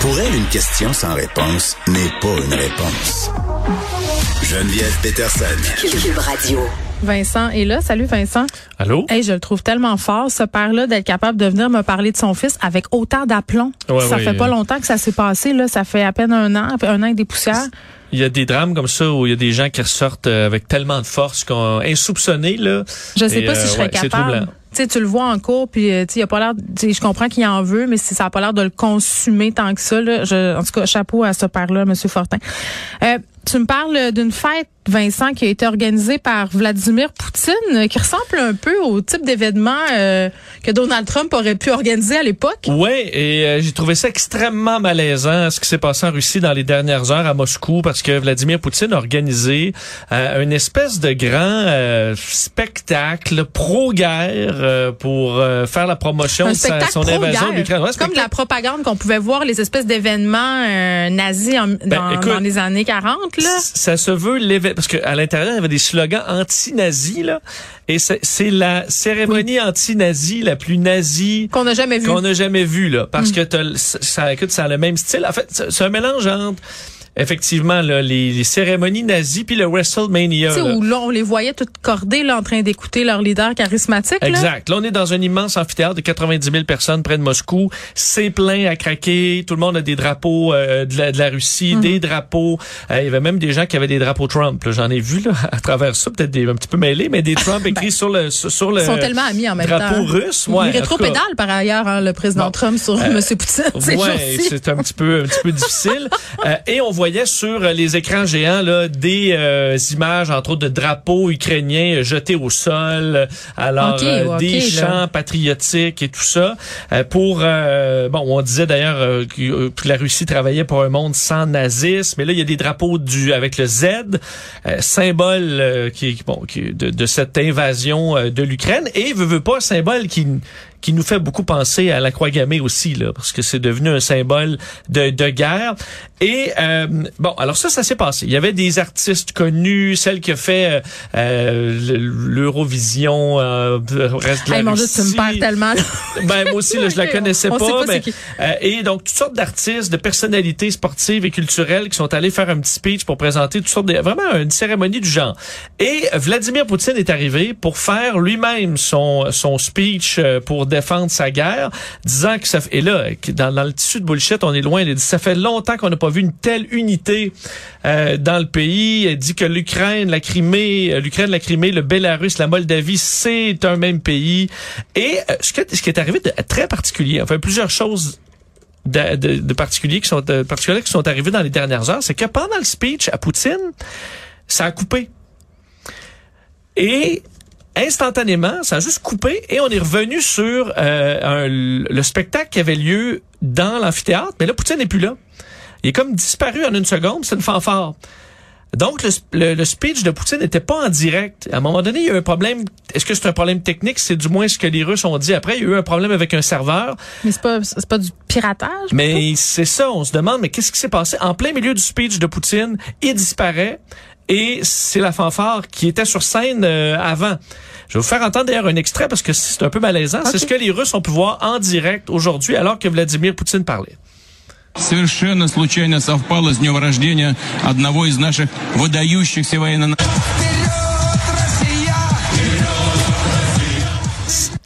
Pour elle, une question sans réponse n'est pas une réponse. Geneviève Peterson. Cube Radio. Vincent est là. Salut Vincent. Allô? Hey, je le trouve tellement fort, ce père-là, d'être capable de venir me parler de son fils avec autant d'aplomb. Ouais, ça ouais, fait pas euh. longtemps que ça s'est passé, là. Ça fait à peine un an, un an et des poussières. Il y a des drames comme ça où il y a des gens qui ressortent euh, avec tellement de force qu'on insoupçonné là. Je sais Et, pas si euh, je serais ouais, c'est capable. troublant. Tu sais, tu le vois en cours, puis euh, tu sais, il a pas l'air. tu sais, Je comprends qu'il en veut, mais c'est- ça a pas l'air de le consumer tant que ça. Là. Je- en tout cas, chapeau à ce père-là, Monsieur Fortin. Euh, tu me parles d'une fête, Vincent, qui a été organisée par Vladimir Poutine, euh, qui ressemble un peu au type d'événement euh, que Donald Trump aurait pu organiser à l'époque. Ouais, et euh, j'ai trouvé ça extrêmement malaisant ce qui s'est passé en Russie dans les dernières heures à Moscou parce que Vladimir Poutine a organisé euh, une espèce de grand euh, spectacle pro-guerre euh, pour euh, faire la promotion Un de sa- spectacle son invasion de l'Ukraine. pro-guerre, Ouais, comme de la propagande qu'on pouvait voir les espèces d'événements euh, nazis en- dans, Ben, écoute, dans les années 40 là. Ça se veut l'événement parce qu'à l'intérieur il y avait des slogans anti-nazis là et c'est c'est la cérémonie anti-nazi la plus nazie qu'on Mm. n'a jamais vu. qu'on n'a jamais vue là parce que t'as le- ça- ça écoute ça a le même style en fait c'est c'est un mélange entre effectivement là, les, les cérémonies nazies puis le WrestleMania Tu sais, là. où là, on les voyait toutes cordées, là, en train d'écouter leur leader charismatique. là. Exact. Là, on est dans un immense amphithéâtre de 90 000 personnes près de Moscou. C'est plein à craquer. Tout le monde a des drapeaux euh, de, la, de la Russie, Mm-hmm. des drapeaux. Euh, Il y avait même des gens qui avaient des drapeaux Trump. là. J'en ai vu là, à travers ça, peut-être des- un petit peu mêlés, mais des Trump écrits sur le sur, sur le Ben, Ils sont tellement amis en même temps. Euh, drapeau russe. Ouais, Il en tout cas. rétropédale, par ailleurs, hein, le président Bon. euh, Trump sur M. Poutine. ces Ouais, jours-ci. c'est un petit peu un petit peu difficile. Euh, et on voyait sur euh, les écrans géants là des euh, images entre autres de drapeaux ukrainiens euh, jetés au sol, alors Ok, euh, ok, des là. chants patriotiques et tout ça euh, pour euh, bon, on disait d'ailleurs euh, que euh, que la Russie travaillait pour un monde sans nazisme, mais là il y a des drapeaux du avec le Z, euh, symbole euh, qui, qui- bon qui- de, de cette invasion euh, de l'Ukraine et veut veut pas symbole qui qui nous fait beaucoup penser à la croix gammée aussi là parce que c'est devenu un symbole de, de guerre et euh, bon alors ça ça s'est passé il y avait des artistes connus celle qui a fait euh, euh, l'Eurovision euh, reste de la Hey, mon Dieu, tu Russie. me perds tellement. là. Ben, moi aussi, là, je la Ok, connaissais on- on pas. sait pas mais, c'est qui. euh, et donc, toutes sortes d'artistes, de personnalités sportives et culturelles qui sont allés faire un petit speech pour présenter toutes sortes de... Vraiment, une cérémonie du genre. Et Vladimir Poutine est arrivé pour faire lui-même son, son speech euh, pour défendre sa guerre, disant que ça... fait- Et là, que dans, dans le tissu de bullshit, on est loin. Il a dit, ça fait longtemps qu'on n'a pas vu une telle unité euh, dans le pays. Il dit que l'Ukraine, la Crimée, euh, l'Ukraine, la Crimée, le Bélarus, la Moldavie, c'est un même pays. Et euh, ce, que- ce qui est arrivé de très particulier, enfin plusieurs choses de, de- de particuliers qui sont de particulières qui sont arrivées dans les dernières heures, c'est que pendant le speech à Poutine, ça a coupé. Et instantanément, ça a juste coupé et on est revenu sur euh, un- le spectacle qui avait lieu dans l'amphithéâtre, mais là Poutine n'est plus là. Il est comme disparu en une seconde, c'est une fanfare. Donc, le, le- le speech de Poutine n'était pas en direct. À un moment donné, il y a eu un problème. Est-ce que c'est un problème technique? C'est du moins ce que les Russes ont dit après. Il y a eu un problème avec un serveur. Mais c'est pas, c'est pas du piratage. Mais c'est ça, on se demande, mais qu'est-ce qui s'est passé? En plein milieu du speech de Poutine, il disparaît et c'est la fanfare qui était sur scène euh, avant. Je vais vous faire entendre d'ailleurs un extrait parce que c'est un peu malaisant. C'est ce que les Russes ont pu voir en direct aujourd'hui alors que Vladimir Poutine parlait. Совершенно случайно совпало с днем рождения одного из наших выдающихся военно...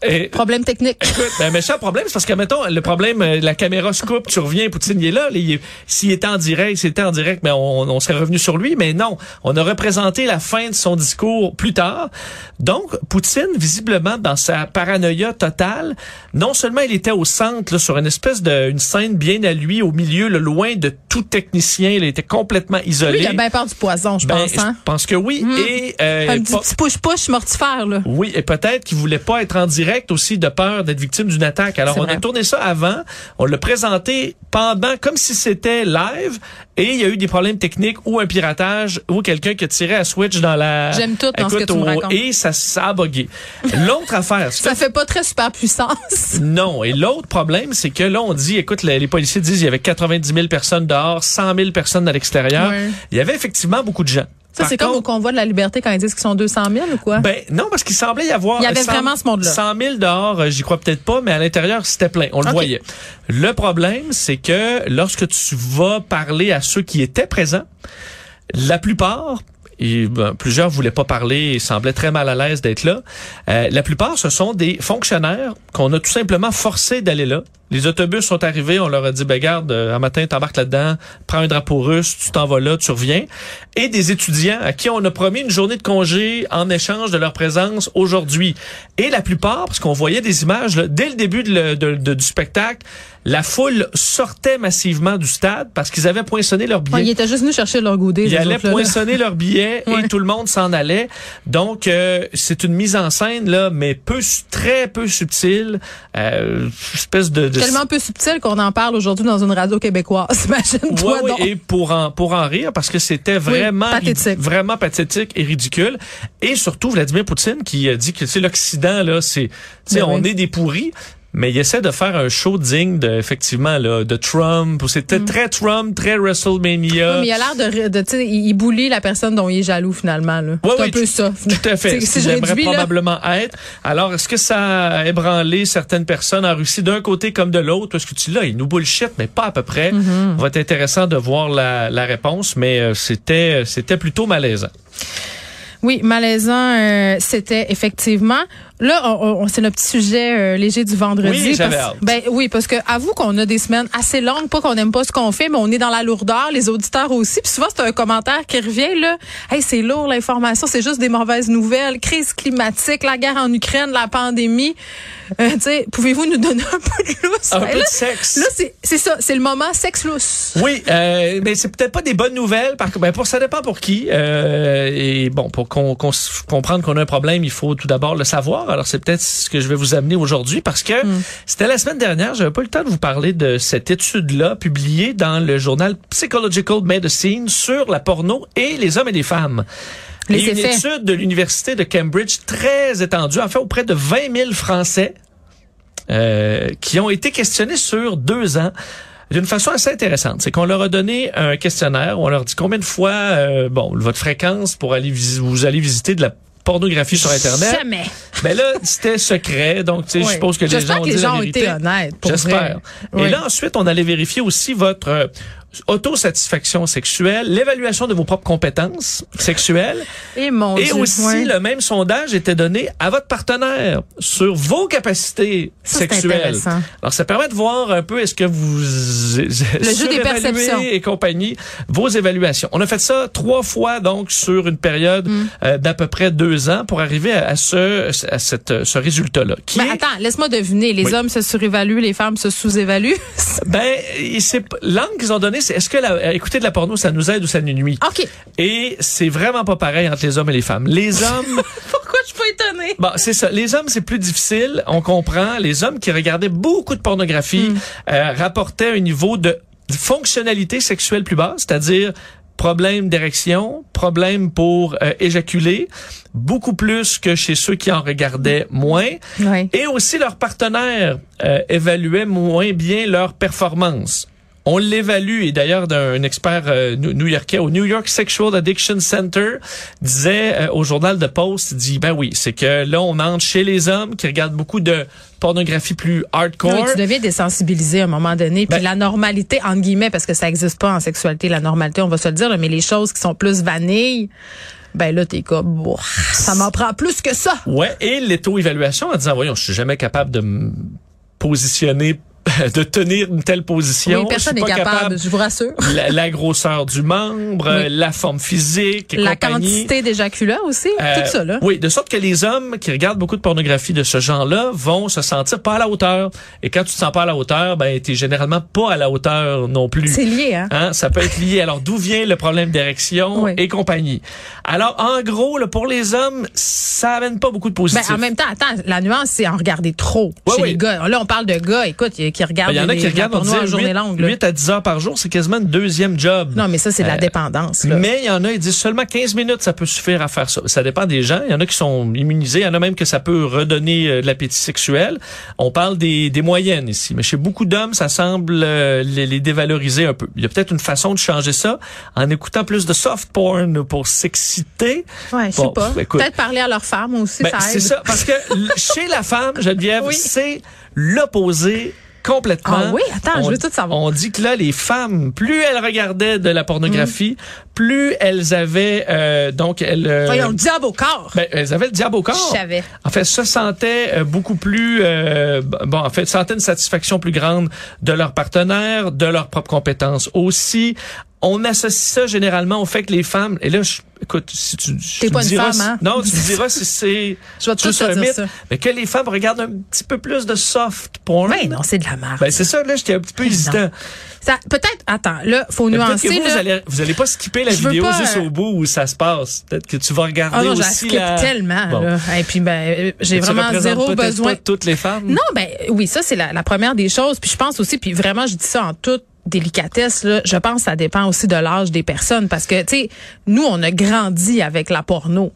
Et Problème technique. Écoute, Ben, un méchant problème, c'est parce que, mettons, le problème, euh, la caméra se coupe, tu reviens, Poutine, il est là. là, il est- S'il était en direct, s'il était en direct, mais on, on serait revenu sur lui. Mais non, on a représenté la fin de son discours plus tard. Donc, Poutine, visiblement, dans sa paranoïa totale, non seulement il était au centre, là, sur une espèce de une scène bien à lui, au milieu, le loin de tout technicien, il était complètement isolé. Lui, il a bien peur du poison, je Ben, pense. Hein? je pense que oui. Et, euh, Un petit, pas- petit push-push mortifère, là. oui, et peut-être qu'il voulait pas être en direct aussi de peur d'être victime d'une attaque. Alors C'est on a vrai. tourné ça avant, on l'a présenté pendant comme si c'était live et il y a eu des problèmes techniques ou un piratage ou quelqu'un qui a tiré à switch dans la J'aime tout dans ce que tu me racontes. et ça ça a bugué. L'autre affaire, c'est Ça fait pas très super puissance. non. Et l'autre problème, c'est que là, on dit, écoute, les, les policiers disent il y avait 90 000 personnes dehors, 100 000 personnes à l'extérieur. Ouais. Il y avait effectivement beaucoup de gens. Ça, Par c'est comme contre- au convoi de la liberté quand ils disent qu'ils sont 200 000 ou quoi? Ben non, parce qu'il semblait y avoir. Il y avait 100 vraiment ce monde-là. 100 000 dehors, euh, j'y crois peut-être pas, mais à l'intérieur, c'était plein. On le Ok. voyait. Le problème, c'est que lorsque tu vas parler à ceux qui étaient présents, la plupart. Et, ben, plusieurs voulaient pas parler et semblaient très mal à l'aise d'être là. Euh, la plupart, ce sont des fonctionnaires qu'on a tout simplement forcés d'aller là. Les autobus sont arrivés, on leur a dit, ben garde, euh, un matin, t'embarques là-dedans, prends un drapeau russe, tu t'en vas là, tu reviens. Et des étudiants à qui on a promis une journée de congé en échange de leur présence aujourd'hui. Et la plupart, parce qu'on voyait des images, là, dès le début de le- de- de- du spectacle, la foule sortait massivement du stade parce qu'ils avaient poinçonné leur billet. Ouais, ils étaient juste venus chercher leur goûter. Ils les allaient autres, là, là. poinçonner leurs billets Ouais. et tout le monde s'en allait. Donc, euh, c'est une mise en scène, là, mais peu, su- très peu subtile. Euh, espèce de... de- Tellement peu subtil qu'on en parle aujourd'hui dans une radio québécoise. Imagine-toi Ouais, ouais, donc. et pour en, pour en rire, parce que c'était vraiment, ri- pathétique. vraiment pathétique et ridicule. Et surtout, Vladimir Poutine qui a dit que, tu sais, l'Occident, là, c'est, tu sais, Ben on oui. est des pourris. Mais il essaie de faire un show digne de, effectivement, là, de Trump. C'était très Trump, très WrestleMania. Ouais, Mm. mais il a l'air de, de tu sais, il il bully la personne dont il est jaloux finalement. là. Ouais, c'est un oui, peu tout- ça. Tout à C'est- fait. Ce Si qu'ils je aimeraient réduis, là, probablement être. Alors, est-ce que ça a ébranlé certaines personnes en Russie d'un côté comme de l'autre? Parce que tu là, ils nous bullshit, mais pas à peu près. Mm-hmm. Va être intéressant de voir la, la réponse, mais euh, c'était, c'était plutôt malaisant. oui, malaisant, euh, c'était effectivement. Là, on, on- c'est notre petit sujet euh, léger du vendredi. Oui, j'avais parce- hâte. ben oui, parce que avoue qu'on a des semaines assez longues, pas qu'on aime pas ce qu'on fait, mais on est dans la lourdeur, les auditeurs aussi. Puis souvent c'est un commentaire qui revient là, hey c'est lourd l'information, c'est juste des mauvaises nouvelles, crise climatique, la guerre en Ukraine, la pandémie. Euh, tu sais, pouvez-vous nous donner un peu de lousse Un Hey, peu là, de sexe. Là, c'est c'est ça, c'est le moment sexe lousse. Oui, euh, mais c'est peut-être pas des bonnes nouvelles. Par, ben pour ça dépend pour qui. euh, et bon, pour qu'on qu'on s- comprendre qu'on a un problème, il faut tout d'abord le savoir. Alors c'est peut-être ce que je vais vous amener aujourd'hui parce que Mm. c'était la semaine dernière, j'avais pas eu le temps de vous parler de cette étude-là publiée dans le journal Psychological Medicine sur la porno et les hommes et les femmes. Les Et une effets. étude de l'université de Cambridge très étendue, en fait auprès de 20 000 Français euh, qui ont été questionnés sur deux ans d'une façon assez intéressante. C'est qu'on leur a donné un questionnaire où on leur dit combien de fois, euh, bon, votre fréquence pour aller visi- vous allez visiter de la pornographie sur Internet. Jamais. Mais là, c'était secret, donc tu sais, je Oui. suppose que les J'espère gens ont que dit les la gens ont vérité. été honnêtes. pour J'espère. vrai. Et Oui. là, ensuite, on allait vérifier aussi votre euh, autosatisfaction sexuelle, l'évaluation de vos propres compétences sexuelles. Et mon Et Dieu. aussi, ouais. le même sondage était donné à votre partenaire sur vos capacités Ça, c'est sexuelles. intéressant. Alors, ça permet de voir un peu est-ce que vous le jeu des perceptions. et compagnie vos évaluations. On a fait ça trois fois donc sur une période Mm. euh, d'à peu près deux ans pour arriver à, à ce à cette ce résultat là. Qui Ben, est- attends, laisse-moi deviner. Les Oui. hommes se surévaluent, les femmes se sous-évaluent. ben il- c'est l'angle qu'ils ont donné c'est est-ce que la- euh, écouter de la porno ça nous aide ou ça nous nuit OK. Et c'est vraiment pas pareil entre les hommes et les femmes. Les hommes Pourquoi je suis pas étonnée? Bon, c'est ça. Les hommes, c'est plus difficile. On comprend. Les hommes qui regardaient beaucoup de pornographie euh, rapportaient un niveau de fonctionnalité sexuelle plus bas, c'est-à-dire problème d'érection, problème pour euh, éjaculer, beaucoup plus que chez ceux qui en regardaient moins. Oui. Et aussi, leurs partenaires euh, évaluaient moins bien leur performance. On l'évalue, et d'ailleurs, d'un un expert euh, new- new-yorkais au New York Sexual Addiction Center disait euh, au journal The Post, il dit, ben oui, c'est que là, on entre chez les hommes qui regardent beaucoup de pornographie plus hardcore. Non, mais tu deviens désensibilisé à un moment donné. Puis Ben- la normalité, entre guillemets, parce que ça n'existe pas en sexualité, la normalité, on va se le dire, là, mais les choses qui sont plus vanilles, ben là, t'es comme, Ouah, ça m'en prend plus que ça. Ouais, et l'éto-évaluation en disant, voyons, je suis jamais capable de me positionner, de tenir une telle position. oui, personne n'est capable, je vous rassure. La, la grosseur du membre, Oui. euh, la forme physique, et La compagnie. quantité d'éjaculats aussi, Euh, tout ça, là. Oui, de sorte que les hommes qui regardent beaucoup de pornographie de ce genre-là vont se sentir pas à la hauteur. Et quand tu te sens pas à la hauteur, ben t'es généralement pas à la hauteur non plus. C'est lié, hein? Hein, ça peut être lié. Alors, d'où vient le problème d'érection Oui. et compagnie? Alors, en gros, là, pour les hommes, ça amène pas beaucoup de Ben, positif. en même temps, attends, la nuance, c'est en regarder trop Ouais, chez ouais. les gars. Là, on parle de gars. Écoute, il y a- qui, qui regardent Ben, Il y en a les- qui la regardent on porno à dit, journée longue. là. 8 à 10 heures par jour, c'est quasiment une deuxième job. Non, mais ça, c'est de la Euh, dépendance. Là. Mais il y en a, ils disent seulement 15 minutes, ça peut suffire à faire ça. Ça dépend des gens. Il y en a qui sont immunisés. Il y en a même que ça peut redonner euh, de l'appétit sexuel. On parle des, des moyennes ici. Mais chez beaucoup d'hommes, ça semble euh, les, les dévaloriser un peu. Il y a peut-être une façon de changer ça en écoutant plus de soft porn pour s'exciter. ouais, je sais Bon, pas. pff, écoute. Peut-être parler à leur femme aussi, Ben, ça c'est aide. ça, parce que l- chez la femme, Geneviève, Oui. c'est l'opposé complètement. Ah oui? Attends, je veux tout savoir. On dit que là, les femmes, plus elles regardaient de la pornographie, plus elles avaient, euh, donc, elles, euh, Mm. Voyons, le diable au corps. ben, elles avaient le diable au corps. Je savais. En fait, se sentaient euh, beaucoup plus, euh, b- bon, en fait, sentaient une satisfaction plus grande de leur partenaire, de leurs propres compétences aussi. On associe ça généralement au fait que les femmes, et là, je- écoute, si tu, tu T'es me pas une diras femme, si- hein? non, tu me diras si c'est Je vais tout juste te un dire mythe, ça. mais que les femmes regardent un petit peu plus de soft porn. Ben non, c'est de la merde. Ben, c'est ça, là, j'étais un petit peu hésitant. Ça- Peut-être, attends, là, faut Mais Ben, Peut-être que nuancer. vous, là. vous allez, vous allez pas skipper la Je veux vidéo pas, juste euh, au bout où ça se passe. Peut-être que tu vas regarder Ah non, je la aussi skip la... tellement. Bon. là. Et puis, ben, euh, j'ai Tu vraiment représentes zéro peut-être besoin. pas toutes les femmes. Non, ben oui, ça c'est la, la première des choses. Puis je pense aussi, puis vraiment, je dis ça en toute délicatesse, là, je pense que ça dépend aussi de l'âge des personnes. Parce que, tu sais, nous, on a grandi avec la porno.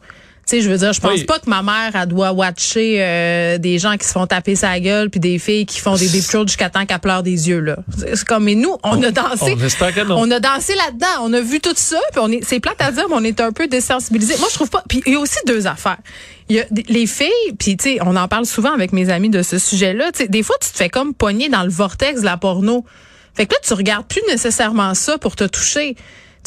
Tu sais, je veux dire, je pense Oui. pas que ma mère, elle doit watcher euh, des gens qui se font taper sa gueule puis des filles qui font des deep throats jusqu'à temps qu'elles pleurent des yeux, là. C'est c'est comme, mais nous, on, a dansé. on espère que non. On a dansé là-dedans. On a vu tout ça. Puis on est, c'est plate à dire, mais on est un peu désensibilisés. Moi, je trouve pas. Puis il y a aussi deux affaires. Il y a des- les filles, puis tu sais, on en parle souvent avec mes amis de ce sujet-là. Tu sais, des fois, tu te fais comme pogner dans le vortex de la porno. Fait que là, tu regardes plus nécessairement ça pour te toucher.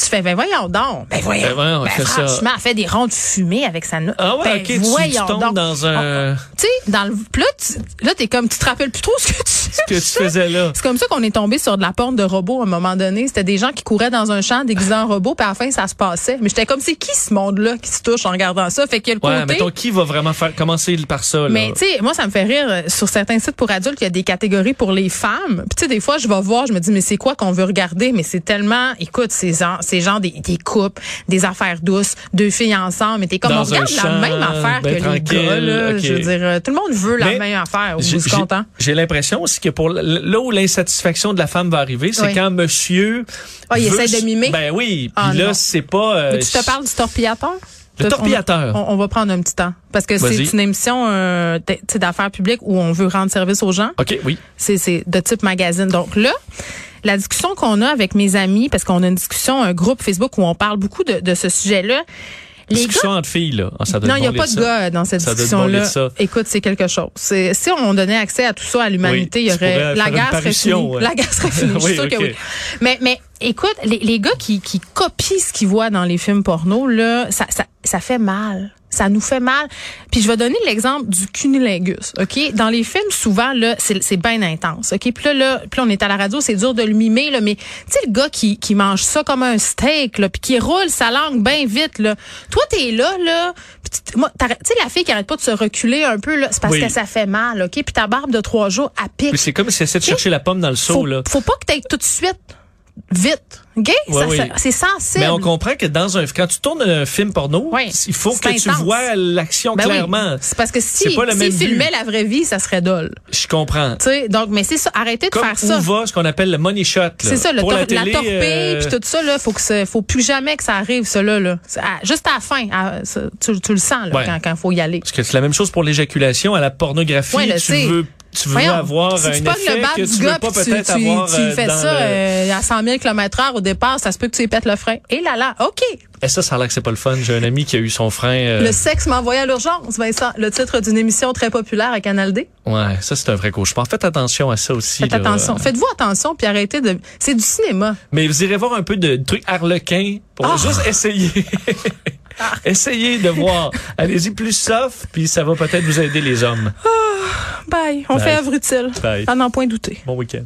Tu fais, ben voyons donc. Ben voyons. Ben voyons, Ben, fais ça. franchement, elle fait des rondes fumées avec sa note. Ah ouais, ben ok, tu- tu tombes dans un- Tu sais, dans le. Là, tu, là, t'es comme, tu te rappelles plus trop ce que tu que tu faisais là. c'est comme ça qu'on est tombé sur de la porte de robots à un moment donné. C'était des gens qui couraient dans un champ déguisés en robot, puis à la fin, ça se passait. Mais j'étais comme, c'est qui ce monde-là qui se touche en regardant ça? Fait qu'il y a le Ouais, côté... mettons, qui va vraiment faire, commencer par ça, là? Mais tu sais, moi ça me fait rire euh, sur certains sites pour adultes, il y a des catégories pour les femmes. Puis tu sais des fois je vais voir, je me dis mais c'est quoi qu'on veut regarder Mais c'est tellement écoute, c'est genre c'est genre des, des couples, des affaires douces, deux filles ensemble, mais t'es comme Dans on regarde un la champ, même affaire ben, que les gars là, tranquille, je veux ok. dire euh, tout le monde veut la Mais même affaire, vous j'ai- êtes j'ai- content J'ai l'impression aussi que pour l- là où l'insatisfaction de la femme va arriver, c'est Oui. quand monsieur Ah, il veut essaie de s- mimer? Ben oui, Ah, puis là non. c'est pas euh, Mais tu te parles du torpillateur? Le Te- torpillateur. On, on va prendre un petit temps. Parce que c'est Vas-y. une émission euh, d- tu sais, d'affaires publiques où on veut rendre service aux gens. OK, oui. C'est- C'est de type magazine. Donc là, la discussion qu'on a avec mes amis, parce qu'on a une discussion, un groupe Facebook où on parle beaucoup de, de ce sujet-là. Les gars, Discussion entre filles là, Ah, ça doit non, être il n'y a bon, pas les de ça. gars euh, dans cette Ça doit être bon, les discussion-là. ça. Écoute, c'est quelque chose. C'est- Si on donnait accès à tout ça à l'humanité, Oui, il y tu pourrais aurait la faire une guerre serait parution, finie. ouais. La guerre serait finie. Je suis Oui, sûre que ok. oui. Mais, mais écoute, les, les gars qui, qui copient ce qu'ils voient dans les films porno, là, ça, ça, ça fait mal. Ça nous fait mal. Puis je vais donner l'exemple du cunilingus, OK? Dans les films, souvent, là, c'est c'est bien intense, OK? Puis là, là, puis là, on est à la radio, c'est dur de le mimer, là, mais tu sais, le gars qui, qui mange ça comme un steak, là, puis qui roule sa langue bien vite, là. Toi, t'es là, là, puis tu moi, t'arrêtes- tu sais, la fille qui arrête pas de se reculer un peu, là, c'est parce Oui. que ça fait mal, OK? Puis ta barbe de trois jours, à pique Mais c'est comme si essaie de chercher la pomme dans le seau faut, là. faut pas que t'ailles tout de suite vite. OK? Ouais, Ça, oui. ça- C'est sensible. Mais on comprend que dans un quand tu tournes un film porno, Oui, il faut c'est que tu intense. vois l'action Ben oui. clairement. C'est parce que si C'est pas le s'ils même but. filmaient la vraie vie, ça serait dole. Je comprends. Tu sais, donc mais c'est ça, arrêtez de Comme faire ça. où va ce qu'on appelle le money shot là. C'est ça, le Pour tor- la, télé, torpille euh, puis tout ça là, faut que ça- faut plus jamais que ça arrive cela là. C'est à- juste à la fin, à- ça- tu, tu le sens là, Ouais. quand quand faut y aller. Parce que c'est la même chose pour l'éjaculation à la pornographie. Ouais, là, tu sais. veux, tu veux Voyons, avoir si un tu pognes effet le bat que du tu gars veux pas puis tu- peut-être tu- avoir. tu euh, fais dans ça le- euh, à 100 000 km/h au départ, ça se peut que tu y pètes le frein. Et là là, ok, Eh, ça, ça a l'air que c'est pas le fun. J'ai un ami qui a eu son frein. euh, le sexe m'a envoyé à l'urgence, Vincent, le titre d'une émission très populaire à Canal D. Ouais, ça c'est un vrai cauchemar. Faites attention à ça aussi. Faites là. attention. Faites-vous attention puis arrêtez de. C'est du cinéma. Mais vous irez voir un peu de trucs harlequins pour Ah! juste essayer. Essayez de voir. Allez-y plus soft, puis ça va peut-être vous aider les hommes. Bye. On Bye. fait œuvre utile. Bye. À n'en point douter. Bon week-end.